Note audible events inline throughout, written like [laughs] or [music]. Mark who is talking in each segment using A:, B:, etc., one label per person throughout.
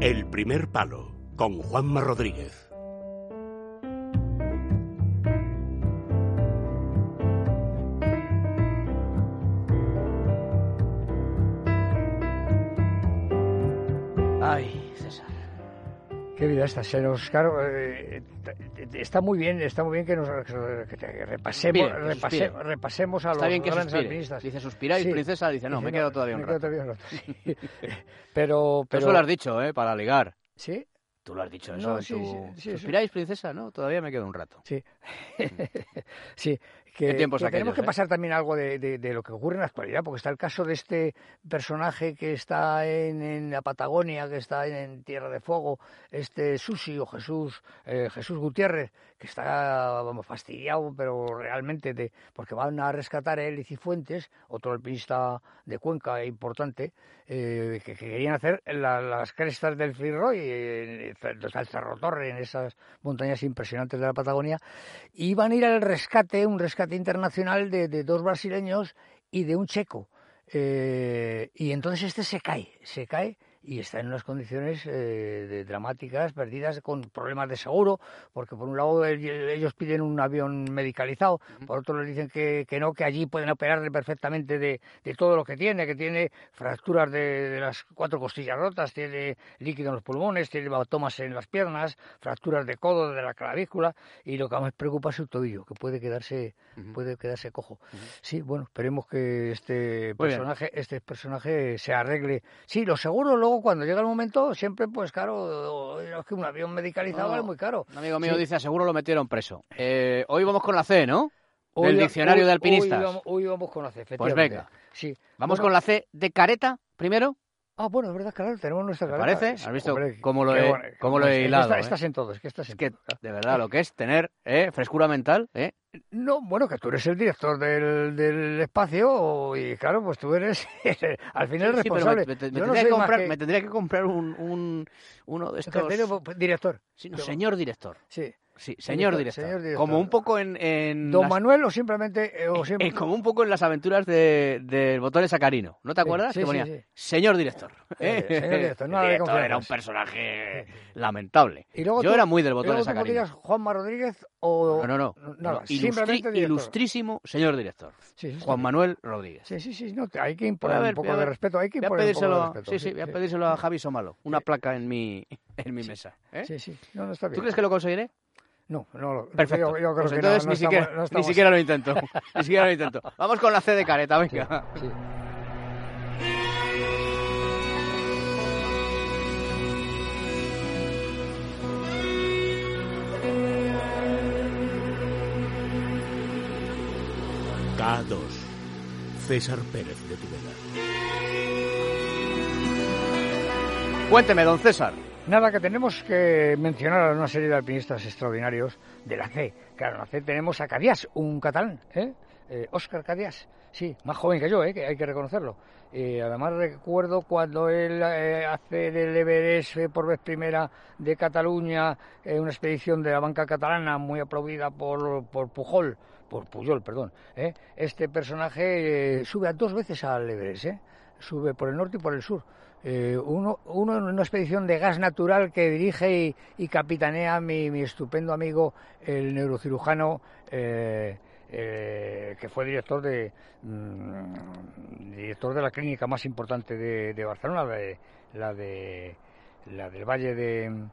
A: El primer palo con Juanma Rodríguez.
B: Ay, César.
C: Qué vida esta. Se nos, claro, eh, t- t- está muy bien, está muy bien que nos que te- que repasemos,
B: Suspire, que
C: repase-
B: suspire.
C: repasemos a
B: Está
C: los
B: bien que
C: grandes
B: suspire.
C: alpinistas.
B: Dice suspira y
C: Sí.
B: princesa dice no,
C: Dice,
B: me he quedado todavía un
C: me he
B: rato.
C: quedado todavía un rato, [laughs] sí. pero, pero
B: Eso lo has dicho, ¿eh? Para ligar.
C: sí,
B: Tú lo has dicho, eso.
C: No,
B: en
C: sí,
B: tu-
C: sí, sí, eso.
B: Suspiráis, princesa, ¿no? Todavía me queda un rato.
C: sí,
B: Mm.
C: [laughs] sí. Que,
B: Qué tiempos
C: que tenemos
B: aquellos,
C: que
B: ¿eh?
C: pasar también algo de, de- de lo que ocurre en la actualidad, porque está el caso de este personaje que está en, en la Patagonia, que está en, en Tierra de Fuego, este Susi o Jesús, eh, Jesús Gutiérrez, que está vamos, fastidiado, pero realmente, de, porque van a rescatar a él y Cifuentes, otro alpinista de Cuenca importante, eh, que, que querían hacer la- las crestas del Firroy, eh, en- está el Cerro Torre, en esas montañas impresionantes de la Patagonia, y van a ir al rescate, un rescate internacional de, de dos brasileños y de un checo. Eh, y entonces este se cae, se cae y está en unas condiciones eh, de- dramáticas, perdidas, con problemas de seguro, porque por un lado el- ellos piden un avión medicalizado, por otro les dicen que, que no, que allí pueden operarle perfectamente de, de todo lo que tiene, que tiene fracturas de, de las cuatro costillas rotas, tiene líquido en los pulmones, tiene hematomas en las piernas, fracturas de codo, de la clavícula, y lo que más preocupa es su tobillo, que puede quedarse,
B: Pues
C: puede quedarse cojo. Sí, bueno, esperemos que este
B: Muy bien.
C: personaje, este personaje se arregle. Sí, lo seguro luego cuando llega el momento, siempre pues claro, es que un avión medicalizado
B: No,
C: vale muy caro.
B: Un amigo mío
C: Sí.
B: dice, seguro lo metieron preso. Eh, hoy vamos con la C, ¿no?
C: Hoy-
B: Del diccionario
C: hoy-
B: de alpinistas. Pues
C: Hoy vamos, hoy vamos con la C, efectivamente.
B: venga.
C: Sí.
B: Vamos
C: Bueno,
B: con la C de careta primero.
C: Ah, bueno, es verdad, claro, tenemos nuestra
B: ¿Te
C: careta.
B: parece?
C: Sí,
B: ¿Has visto
C: hombre,
B: cómo lo
C: qué
B: he-
C: bueno,
B: cómo lo he
C: es que
B: hilado,
C: está-
B: eh?
C: Estás en todo, es que estás en
B: Es que,
C: todo, claro.
B: de verdad, lo que es tener eh, frescura mental, ¿eh?
C: No, bueno, que tú eres el director del, del espacio y claro, pues tú eres [laughs] al final
B: Sí, sí, pero
C: responsable.
B: me, me- me
C: Yo no
B: tendría que
C: soy más
B: comprar,
C: que-
B: me tendría que comprar un, un- uno de estos...
C: secretario, pues, director,
B: Sí, no,
C: Yo-
B: señor director.
C: sí.
B: Sí, señor
C: Director,
B: director.
C: señor director.
B: Como un poco en... en Mm,
C: Don
B: las-
C: Manuel o simplemente... eh, o
B: Eh,
C: siempre-
B: eh, como un poco en las aventuras de- del botón de Sacarino. ¿No te
C: Sí,
B: acuerdas?
C: sí,
B: que
C: sí,
B: ponía,
C: sí.
B: señor director.
C: Eh,
B: ¿eh? [laughs]
C: señor director,
B: El
C: nada de
B: director era un
C: confianzas.
B: personaje
C: [laughs]
B: lamentable.
C: Y luego
B: Yo
C: tú-
B: era muy del
C: y
B: botón
C: luego
B: de
C: tú pondrías
B: Sacarino.
C: Juanma Rodríguez
B: No,
C: o...
B: no, no.
C: nada,
B: No, ilustri-
C: simplemente director.
B: ilustrísimo señor director.
C: Sí, sí, está
B: Juan
C: bien.
B: Manuel Rodríguez.
C: Sí, sí, sí, no, te- hay que imponer
B: Voy a ver,
C: un
B: voy
C: poco
B: a
C: de
B: ver.
C: respeto, hay que
B: Voy a
C: imponer un poco
B: pedírselo,
C: de
B: a,
C: respeto.
B: sí, sí, voy a pedírselo a Javi Somalo. Una
C: Sí.
B: placa en mi, [laughs] en mi mesa. ¿eh?
C: Sí, sí, no, no está bien.
B: ¿Tú crees que lo conseguiré?
C: No, no, lo-
B: Perfecto.
C: yo- yo creo
B: Pues
C: que no,
B: entonces
C: no
B: ni,
C: estamos-
B: siquiera,
C: no
B: ni
C: estamos-
B: siquiera lo intento. [laughs] ni siquiera lo intento. Vamos con la C de careta, venga.
C: Sí.
A: K2. César Pérez de Tudela.
B: Cuénteme, don César.
C: Nada, que tenemos que mencionar a una serie de alpinistas extraordinarios de la C. Claro, en la C tenemos a Cadias, un catalán, ¿eh? Oscar Cadias, sí, más joven que yo, ¿eh? que hay que reconocerlo. Eh, además recuerdo cuando él eh, hace del Everest eh, por vez primera de Cataluña eh, una expedición de la banca catalana muy aplaudida por, por Pujol, por Puyol, perdón. ¿eh? Este personaje eh, sube a dos veces al Everest, ¿eh? sube por el norte y por el sur. Eh, uno, uno en una expedición de gas natural que dirige y, y capitanea mi, mi estupendo amigo, el neurocirujano, eh, eh, que fue director de, mm, director de la clínica más importante de, de Barcelona, la de, la, de, la del Valle de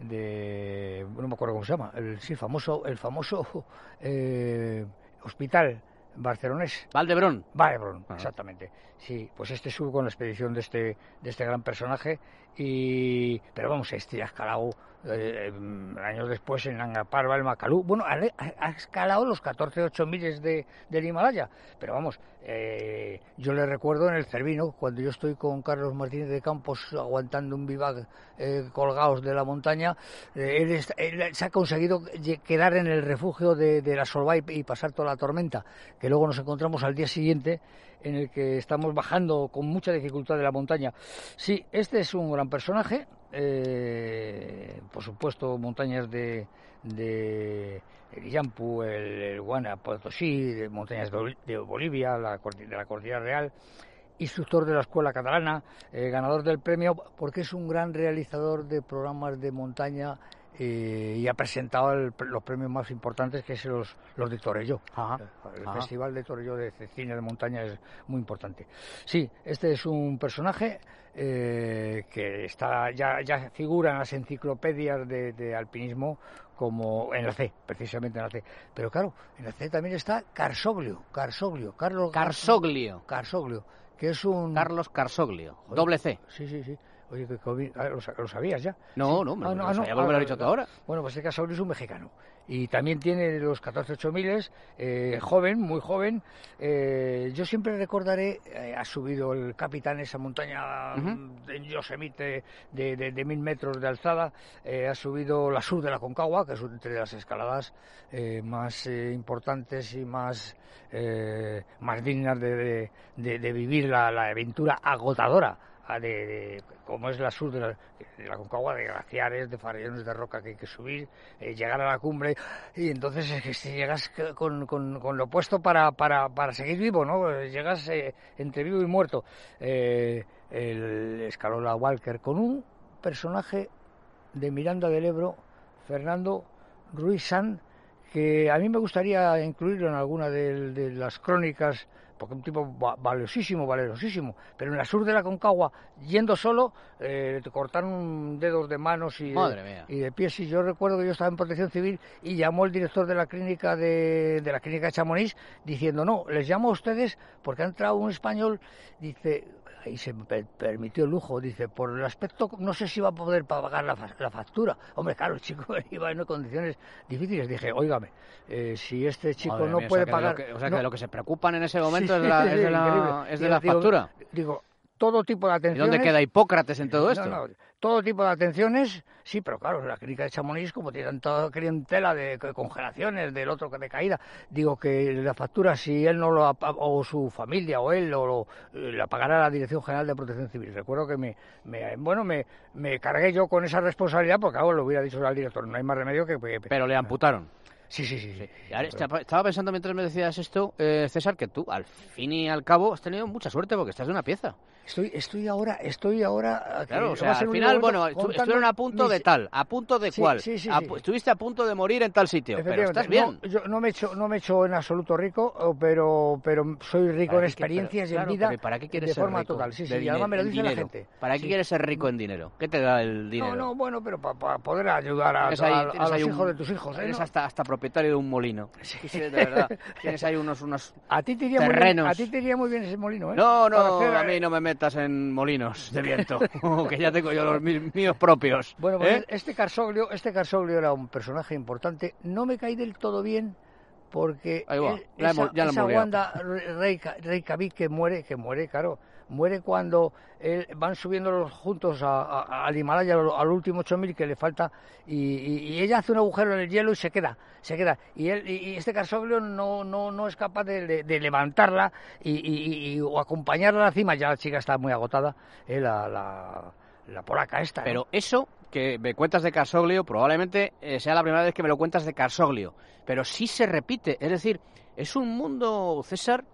C: de no me acuerdo cómo se llama el sí famoso el famoso eh, hospital barcelonés
B: Valdebrón.
C: Valbron,
B: Ajá.
C: exactamente. Sí, pues este sube con la expedición de este, de este gran personaje. Y, pero vamos, este ha escalado eh, em, años después en Nanga Parbat, el Macalú. Bueno, ha, ha- ha escalado los 14 miles de, del Himalaya. Pero vamos, eh, yo le recuerdo en el Cervino, cuando yo estoy con Carlos Martínez de Campos aguantando un vivac eh, colgados de la montaña, eh, él, está- él se ha conseguido lle- quedar en el refugio de, de la Solvay y pasar toda la tormenta que luego nos encontramos al día siguiente en el que estamos bajando con mucha dificultad de la montaña. Sí, este es un gran personaje, eh, por supuesto montañas de, de el Yampu, el, el Guana, Potosí, de montañas de, Bol- de Bolivia, la cordi- de la Cordillera Real, instructor de la Escuela Catalana, eh, ganador del premio, porque es un gran realizador de programas de montaña eh, y ha presentado el pre- los premios más importantes, que es los, los de Torelló.
B: Ajá,
C: El
B: ajá.
C: Festival de Torelló de c- Cine de Montaña es muy importante. Sí, este es un personaje eh, que está ya, ya figura en las enciclopedias de, de alpinismo como en la C, precisamente en la C. Pero claro, en la C también está Carsoglio, Carsoglio, Carlos
B: Carsoglio.
C: Carsoglio, que es un...
B: Carlos Carsoglio.
C: Mm. Joder.
B: Doble C.
C: Sí, sí, sí. Oye, que, que- ah, lo, sa- lo sabías ya.
B: No,
C: Sí.
B: no, me
C: Ah,
B: lo
C: no,
B: no,
C: ah, no.
B: sabía, me lo
C: Ah,
B: he dicho tú
C: ah,
B: ahora.
C: Bueno, pues el Casaurio es un mexicano. Y también tiene los 14 8000, eh, joven, muy joven. Eh, yo siempre recordaré, eh, ha subido el capitán esa montaña
B: Ujú.
C: mm, en Yosemite de, de, de mil metros de alzada, eh, ha subido la sur de la Concagua, que es entre las escaladas eh, más eh, importantes y más, eh, más dignas de, de- de- de vivir la, la aventura agotadora. ah, De, de- como es la sur de la, de la Concagua, de glaciares, de farallones de roca que hay que subir, eh, llegar a la cumbre, y entonces es que si llegas c- con, con- con lo opuesto para, para, para seguir vivo, ¿no? Eh, Llegas eh, entre vivo y muerto. Eh, el Escalola Walker con un personaje de Miranda del Ebro, Fernando Ruiz San, que a mí me gustaría incluirlo en alguna del- de, las crónicas, porque es un tipo va- valiosísimo, valerosísimo, pero en la sur de la Concagua, yendo solo, eh, te cortaron dedos de manos y,
B: Madre mía.
C: y de pies. Y yo recuerdo que yo estaba en protección civil y llamó el director de la clínica de, de la clínica de Chamonix diciendo, no, les llamo a ustedes porque ha entrado un español, dice, y se me per- permitió el lujo, dice, por el aspecto, no sé si va a poder pagar la, fa- la factura. Hombre, claro, el chico [laughs] iba en condiciones difíciles. Dije, óigame, eh, si este chico
B: Madre
C: no
B: mía, o
C: puede
B: sea que de lo
C: pagar...
B: que- o sea,
C: no-
B: que de lo que se preocupan en ese momento
C: [laughs] Sí,
B: es, la,
C: sí,
B: es de la-
C: increíble.
B: es de
C: Digo,
B: la
C: digo,
B: factura.
C: Digo, todo tipo de
B: ¿Y
C: atenciones...
B: dónde queda Hipócrates en todo
C: No,
B: esto?
C: no, todo tipo de atenciones, sí, pero claro, la clínica de Chamonix, como tienen toda clientela de c- congelaciones, del otro que de caída, digo que la factura, si él no lo, ha pa- o su familia o él, o lo, eh, la pagará la Dirección General de Protección Civil. Recuerdo que me, me- bueno, me, me cargué yo con esa responsabilidad, porque claro, lo hubiera dicho al director, no hay más remedio que... que-
B: Pero le amputaron.
C: sí, sí, sí, sí.
B: Y ahora estaba estaba pensando mientras me decías esto, eh, César, que tú, al fin y al cabo, has tenido mucha suerte porque estás de una pieza.
C: Estoy, estoy ahora, estoy ahora... aquí.
B: Claro, o
C: Va
B: sea,
C: a ser
B: al
C: un
B: final,
C: momento
B: bueno, estu-
C: contando
B: estuvieron a punto de
C: mis-
B: tal, a punto de
C: Sí,
B: cual,
C: sí, sí,
B: a
C: sí.
B: pu- estuviste a punto de morir en tal sitio, pero estás
C: Efectivamente.
B: bien.
C: No, yo no me echo, no me echo en absoluto rico, o- pero, pero soy
B: ¿Para
C: rico en
B: qué- pero-
C: experiencias y en
B: claro,
C: vida
B: pero ¿Para qué quieres
C: de
B: ser
C: forma
B: rico
C: total. Sí,
B: de
C: sí, y
B: dine-
C: además me lo
B: en
C: dice la
B: dinero?
C: gente.
B: ¿Para qué
C: Sí.
B: quieres ser rico en dinero? ¿Qué te da el dinero?
C: No, no, bueno, pero para poder ayudar a,
B: Tienes
C: a-
B: ahí-
C: a
B: tienes
C: los
B: ahí un-
C: hijos de tus hijos. ¿eh?
B: Eres
C: ¿No?
B: hasta, hasta propietario de un molino. Sí, sí, de verdad. Tienes ahí unos... unos...
C: A ti te iría muy bien,
B: terrenos.
C: a ti te iría muy bien ese molino, ¿eh?
B: No, no,
C: Para hacer,
B: a mí no me metas en molinos de viento, [laughs] que ya tengo yo los mis- míos propios.
C: Bueno, pues
B: ¿eh?
C: este Carsoglio, este Carsoglio era un personaje importante. No me caí del todo bien porque
B: Ahí va,
C: e-
B: la
C: esa,
B: hemos- ya la
C: esa
B: hemos liado.
C: Wanda Re- Reika- Reykjavik que muere, que muere, claro, muere cuando él- van subiendo los juntos a- a- al Himalaya, al, al último 8000 que le falta, y, y- y ella hace un agujero en el hielo y se queda, se queda. Y él, y, y este Carsoglio no, no, no es capaz de, de- de levantarla y, y- y- o acompañarla a la cima. Ya la chica está muy agotada, eh, la, la, la polaca esta. ¿no?
B: Pero eso que me cuentas de Carsoglio, probablemente eh, sea la primera vez que me lo cuentas de Carsoglio. Pero sí se repite. Es decir, es un mundo, César,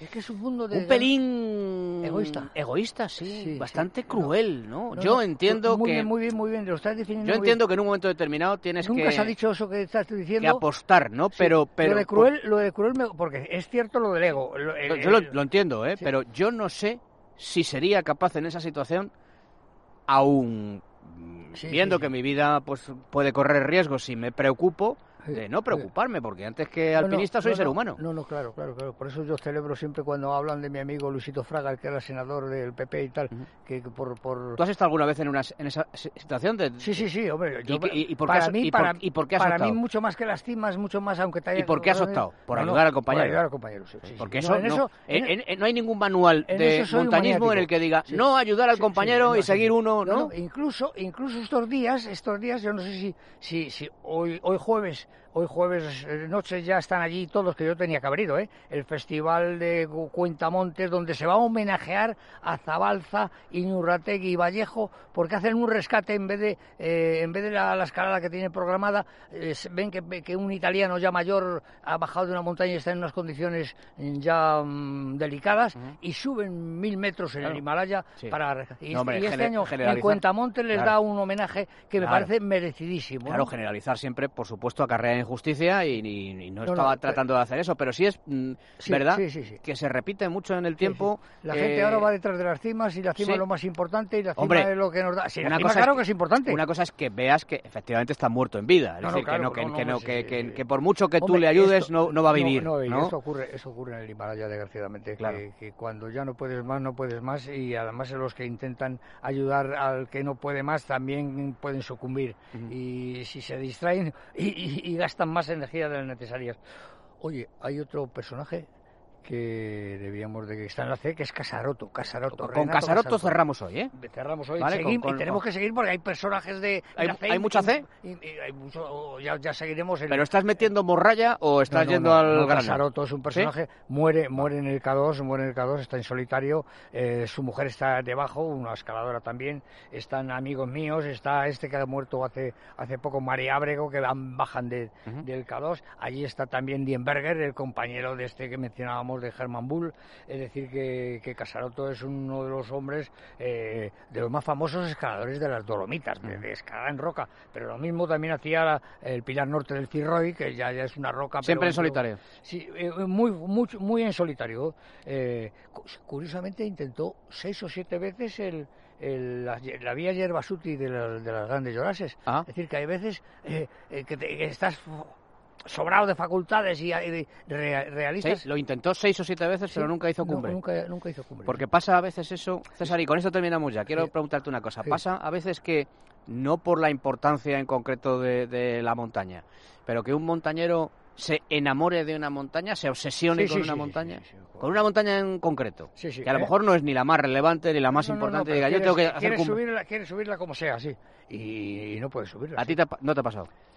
C: Es que es un mundo de...
B: un pelín.
C: Egoísta.
B: Egoísta, sí.
C: Sí,
B: bastante
C: sí.
B: cruel, ¿no?
C: No, no,
B: yo entiendo
C: muy
B: que.
C: Bien, muy bien, muy bien, lo estás definiendo
B: yo
C: muy bien.
B: entiendo que en un momento determinado tienes
C: Nunca
B: que,
C: se ha dicho eso que estás
B: que
C: diciendo.
B: apostar, ¿no?
C: Sí,
B: Pero, pero.
C: Lo de cruel, lo de cruel, me- porque es cierto lo del ego. lo- el-
B: yo lo,
C: el-
B: lo entiendo, ¿eh?
C: Sí.
B: Pero yo no sé si sería capaz en esa situación, aún mm,
C: Sí,
B: viendo
C: sí, sí.
B: que mi vida pues puede correr riesgos si me preocupo,
C: Sí,
B: de no
C: sí.
B: preocuparme, porque antes que
C: No, no,
B: alpinista soy
C: no,
B: ser
C: no,
B: humano.
C: No, no, claro, claro, claro. Por eso yo celebro siempre cuando hablan de mi amigo Luisito Fraga, el que era senador del PP y tal,
B: Ujú.
C: que que por... por...
B: ¿Tú has estado alguna vez en, una, en esa si- situación? De,
C: Sí, sí, sí, hombre. yo-
B: y- y por qué
C: para
B: has-
C: mí,
B: y por-
C: para,
B: y por qué has
C: para mí
B: optado?
C: mucho más que las cimas, mucho más, aunque te haya...
B: ¿Y por qué has optado? ¿por ayudar al compañero?
C: Por ayudar al compañero, sí, sí, sí.
B: Porque eso,
C: No, en
B: no, eh,
C: en- e-
B: en- en- no hay ningún manual
C: en
B: de
C: eso soy un
B: montañismo en
C: maniático.
B: el que diga
C: Sí.
B: no ayudar al
C: Sí, sí,
B: compañero
C: no,
B: y
C: sí,
B: seguir
C: sí.
B: uno, ¿no?
C: incluso, incluso estos días, estos días, yo no sé si, si, si hoy, hoy jueves Hoy jueves eh, noche ya están allí todos los que yo tenía que haber ido, ¿eh? El festival de Cu- Cuentamontes, donde se va a homenajear a Zabalza, Iñurrategui y Vallejo, porque hacen un rescate en vez de, eh, en vez de la, la escalada que tienen programada. eh, se- ven que, que un italiano ya mayor ha bajado de una montaña y está en unas condiciones mm, ya mm, delicadas y suben mil metros en
B: Claro.
C: el Himalaya
B: Sí.
C: para. Y,
B: No, hombre,
C: y este
B: gene-
C: año en
B: generalizar.
C: Cuentamontes les
B: Claro.
C: da un homenaje que me
B: Claro.
C: parece merecidísimo.
B: Claro,
C: ¿no?
B: generalizar siempre, por supuesto, acarrea injusticia y, y- y no,
C: No, no,
B: estaba
C: pe-
B: tratando de hacer eso, pero sí es mm,
C: Sí,
B: verdad
C: sí, sí, sí.
B: que se repite mucho en el
C: Sí,
B: tiempo.
C: sí. La gente
B: eh,
C: ahora va detrás de las cimas y la cima
B: sí.
C: es lo más importante y la cima
B: Hombre,
C: es lo que nos da. Sí, la
B: una
C: cima
B: cosa es
C: claro
B: que-
C: que es importante.
B: Una cosa es que veas que efectivamente está muerto en vida. Es
C: No, no,
B: decir,
C: claro,
B: que, no,
C: no,
B: que, que
C: no,
B: no,
C: sí,
B: que,
C: sí,
B: que-
C: sí.
B: que por mucho que tú
C: Hombre,
B: le ayudes,
C: esto-
B: no, no va a vivir.
C: No, no, y
B: ¿no?
C: Eso, ocurre, eso ocurre en el Himalaya, desgraciadamente,
B: Claro.
C: que, que cuando ya no puedes más, no puedes más, y además los que intentan ayudar al que no puede más también pueden sucumbir,
B: Ujú.
C: y si se distraen y, y- y gastan más energía de las necesarias. Oye, hay otro personaje que debíamos de que está en la C, que es Casaroto. Casaroto
B: Con
C: Renato
B: Casaroto cerramos hoy, ¿eh?
C: Cerramos hoy
B: Vale,
C: seguim-
B: con- con-
C: y tenemos
B: con-
C: que seguir porque hay personajes de.
B: ¿Hay-
C: la
B: hay mucha C?
C: Y, y hay mucho, ya, ya seguiremos. El,
B: ¿Pero estás metiendo morralla o estás
C: no, no,
B: yendo
C: no,
B: al
C: no,
B: grano?
C: Casaroto es un personaje, muere, muere en el K2, muere en el K2, está en solitario, eh, su mujer está debajo, una escaladora también, están amigos míos, está este que ha muerto hace, hace poco, María Abrego, que van- bajan de-
B: Ujú.
C: del K2, allí está también Dienberger, el compañero de este que mencionábamos de Herman Bull, es decir, que, que Casaroto es uno de los hombres, eh, de los más famosos escaladores de las Dolomitas, de, de escalada en roca, pero lo mismo también hacía la- el Pilar Norte del Cirroy, que ya, ya es una roca
B: Siempre
C: pero-
B: en solitario.
C: Sí, eh, muy, muy, muy en solitario. Eh, cu- curiosamente intentó seis o siete veces el, el- la, ye- la vía Yerbasuti de, la- de las grandes llorases.
B: Ah.
C: Es decir, que hay veces eh, eh, que, te- que estás fo- sobrado de facultades y, y de rea-
B: Sí,
C: realistas.
B: lo intentó seis o siete veces,
C: Sí,
B: pero nunca hizo
C: no,
B: cumbre.
C: nunca, nunca hizo cumbre.
B: Porque pasa a veces eso, César, y con esto terminamos ya. Quiero
C: Sí.
B: preguntarte una cosa.
C: Sí.
B: Pasa a veces que, no por la importancia en concreto de, de la montaña, pero que un montañero se enamore de una montaña, se obsesione
C: Sí,
B: con
C: sí,
B: una
C: sí, sí,
B: montaña.
C: sí, sí, sí.
B: Con una montaña en concreto.
C: Sí, sí,
B: que a lo
C: ¿eh?
B: mejor no es ni la más relevante ni la más
C: No, no, no,
B: importante.
C: pero
B: Diga, yo
C: quieres-
B: tengo que hacer
C: quieres
B: cumbre.
C: subirla, quieres subirla como sea, sí. Y, y no puedes subirla.
B: A
C: sí.
B: ti te ha pa- no te ha pasado.
C: Eh,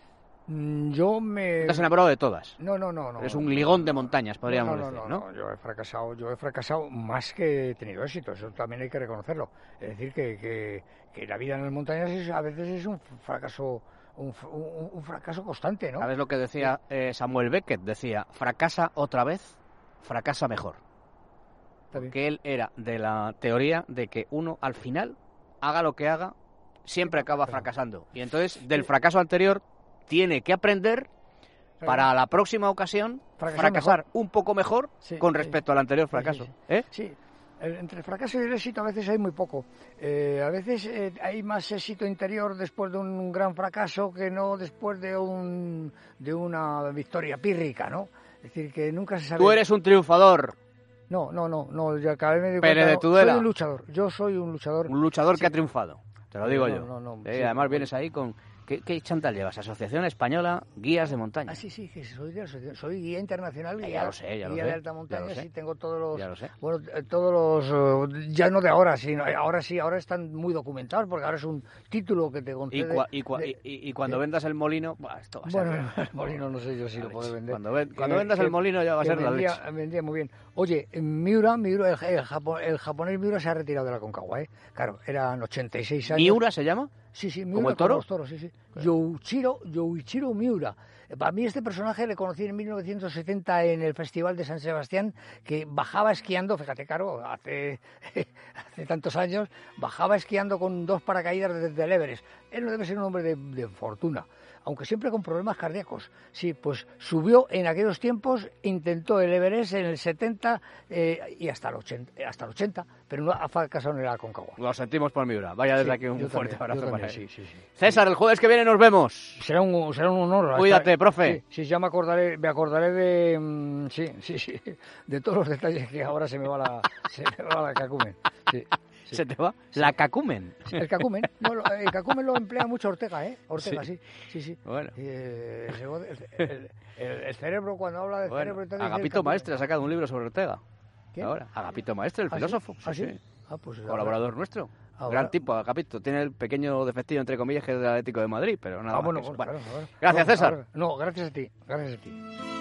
C: Mm, Yo me...
B: Te has enamorado de todas.
C: No, no, no, no.
B: es un ligón de montañas, podríamos
C: no, no,
B: decir,
C: no,
B: ¿no?
C: no, yo he fracasado, yo he fracasado más que he tenido éxito, eso también hay que reconocerlo. Es decir, que, que- que la vida en las montañas es- a veces es un fracaso, un, fr- un- un fracaso constante, ¿no?
B: ¿Sabes lo que decía eh, Samuel Beckett? Decía, fracasa otra vez, fracasa mejor.
C: Está bien.
B: que él era de la teoría de que uno al final, haga lo que haga, siempre acaba fracasando. Y entonces del fracaso anterior tiene que aprender
C: Está
B: para
C: bien.
B: la próxima ocasión
C: Fracasar
B: fracasar un poco mejor
C: Sí,
B: con
C: sí.
B: respecto al anterior fracaso.
C: sí,
B: ¿Eh?
C: Sí, el- entre el fracaso y el éxito a veces hay muy poco. Eh, a veces eh, hay más éxito interior después de un gran fracaso que no después de, un, de una victoria pírrica, ¿no? Es decir, que nunca se sabe...
B: Tú eres un triunfador,
C: No, no, no, no, yo acabé me di
B: Pérez
C: cuenta,
B: de
C: no,
B: Tudela.
C: Soy un luchador, yo soy un luchador.
B: un luchador que
C: Sí.
B: ha triunfado. Te lo digo
C: No,
B: yo.
C: no, no,
B: Eh,
C: sí.
B: además vienes ahí con... ¿Qué, qué chantal llevas? Asociación Española Guías de Montaña.
C: Ah, sí, sí, que soy de la asociación, soy guía internacional,
B: Ya
C: guía,
B: lo sé, ya lo
C: guía
B: sé,
C: de alta
B: ya lo
C: montaña,
B: sé.
C: sí, tengo todos los,
B: Ya lo sé.
C: bueno, eh, todos los, eh, ya no de ahora, sino eh, ahora sí, ahora están muy documentados, porque ahora es un título que te
B: Y,
C: concede.
B: cua- y cua-
C: de-
B: y- y- y cuando vendas el molino... buah, esto va a ser
C: Bueno,
B: la-
C: el [laughs] molino no sé yo si
B: la
C: lo puedo
B: leche.
C: vender.
B: Cuando, ven- cuando
C: Que-
B: vendas
C: que-
B: el molino ya va a
C: que
B: ser la
C: vendía,
B: leche.
C: vendía muy bien. Oye, Miura, Miura el, el japo- el japonés Miura se ha retirado de la Concagua, ¿eh? Claro, eran 86 años.
B: ¿Miura se llama?
C: Sí, sí, Miura
B: ¿Como el toro?
C: los toros, sí, sí. Yoichiro, Yoichiro Miura. Eh, Para mí este personaje le conocí en 1970 en el Festival de San Sebastián, que bajaba esquiando, fíjate, caro, hace, [laughs] hace tantos años, bajaba esquiando con dos paracaídas desde el Everest. Él no debe ser un hombre de, de fortuna, aunque siempre con problemas cardíacos. Sí, pues subió en aquellos tiempos, intentó el Everest en el 70 eh, y hasta el 80, hasta el 80 pero no ha fracasado en la Concagua.
B: Lo sentimos por Miura. Vaya desde aquí un fuerte abrazo para él. César, el jueves que viene nos vemos.
C: Será un, será un honor.
B: Cuídate,
C: Estar-
B: profe.
C: Sí, sí, ya me acordaré, me acordaré de, mm, sí, sí, sí, de todos los detalles que ahora se me va la, [laughs] se me va la cacumen. Sí, sí.
B: ¿Se te va? La cacumen.
C: El cacumen, no, lo- el cacumen lo emplea mucho Ortega, ¿eh? Ortega, sí, sí, sí.
B: Bueno.
C: Eh, se go- el, el- el- el cerebro cuando habla de
B: Bueno,
C: cerebro y tal, dice el
B: Agapito
C: cacumen.
B: Maestre ha sacado un libro sobre Ortega.
C: ¿Quién?
B: Ahora, Agapito Maestre, el
C: ¿Ah, sí?
B: filósofo.
C: ¿Ah,
B: Sí,
C: sí?
B: sí.
C: Ah, pues,
B: Colaborador nuestro.
C: Ahora-
B: Gran tipo, Agapito. Tiene el pequeño defectillo, entre comillas, que es del Atlético de Madrid, pero nada
C: Ah,
B: más
C: bueno,
B: que eso.
C: bueno,
B: Bueno,
C: claro, claro.
B: Gracias,
C: No,
B: César.
C: ahora- No, gracias a ti, gracias a ti.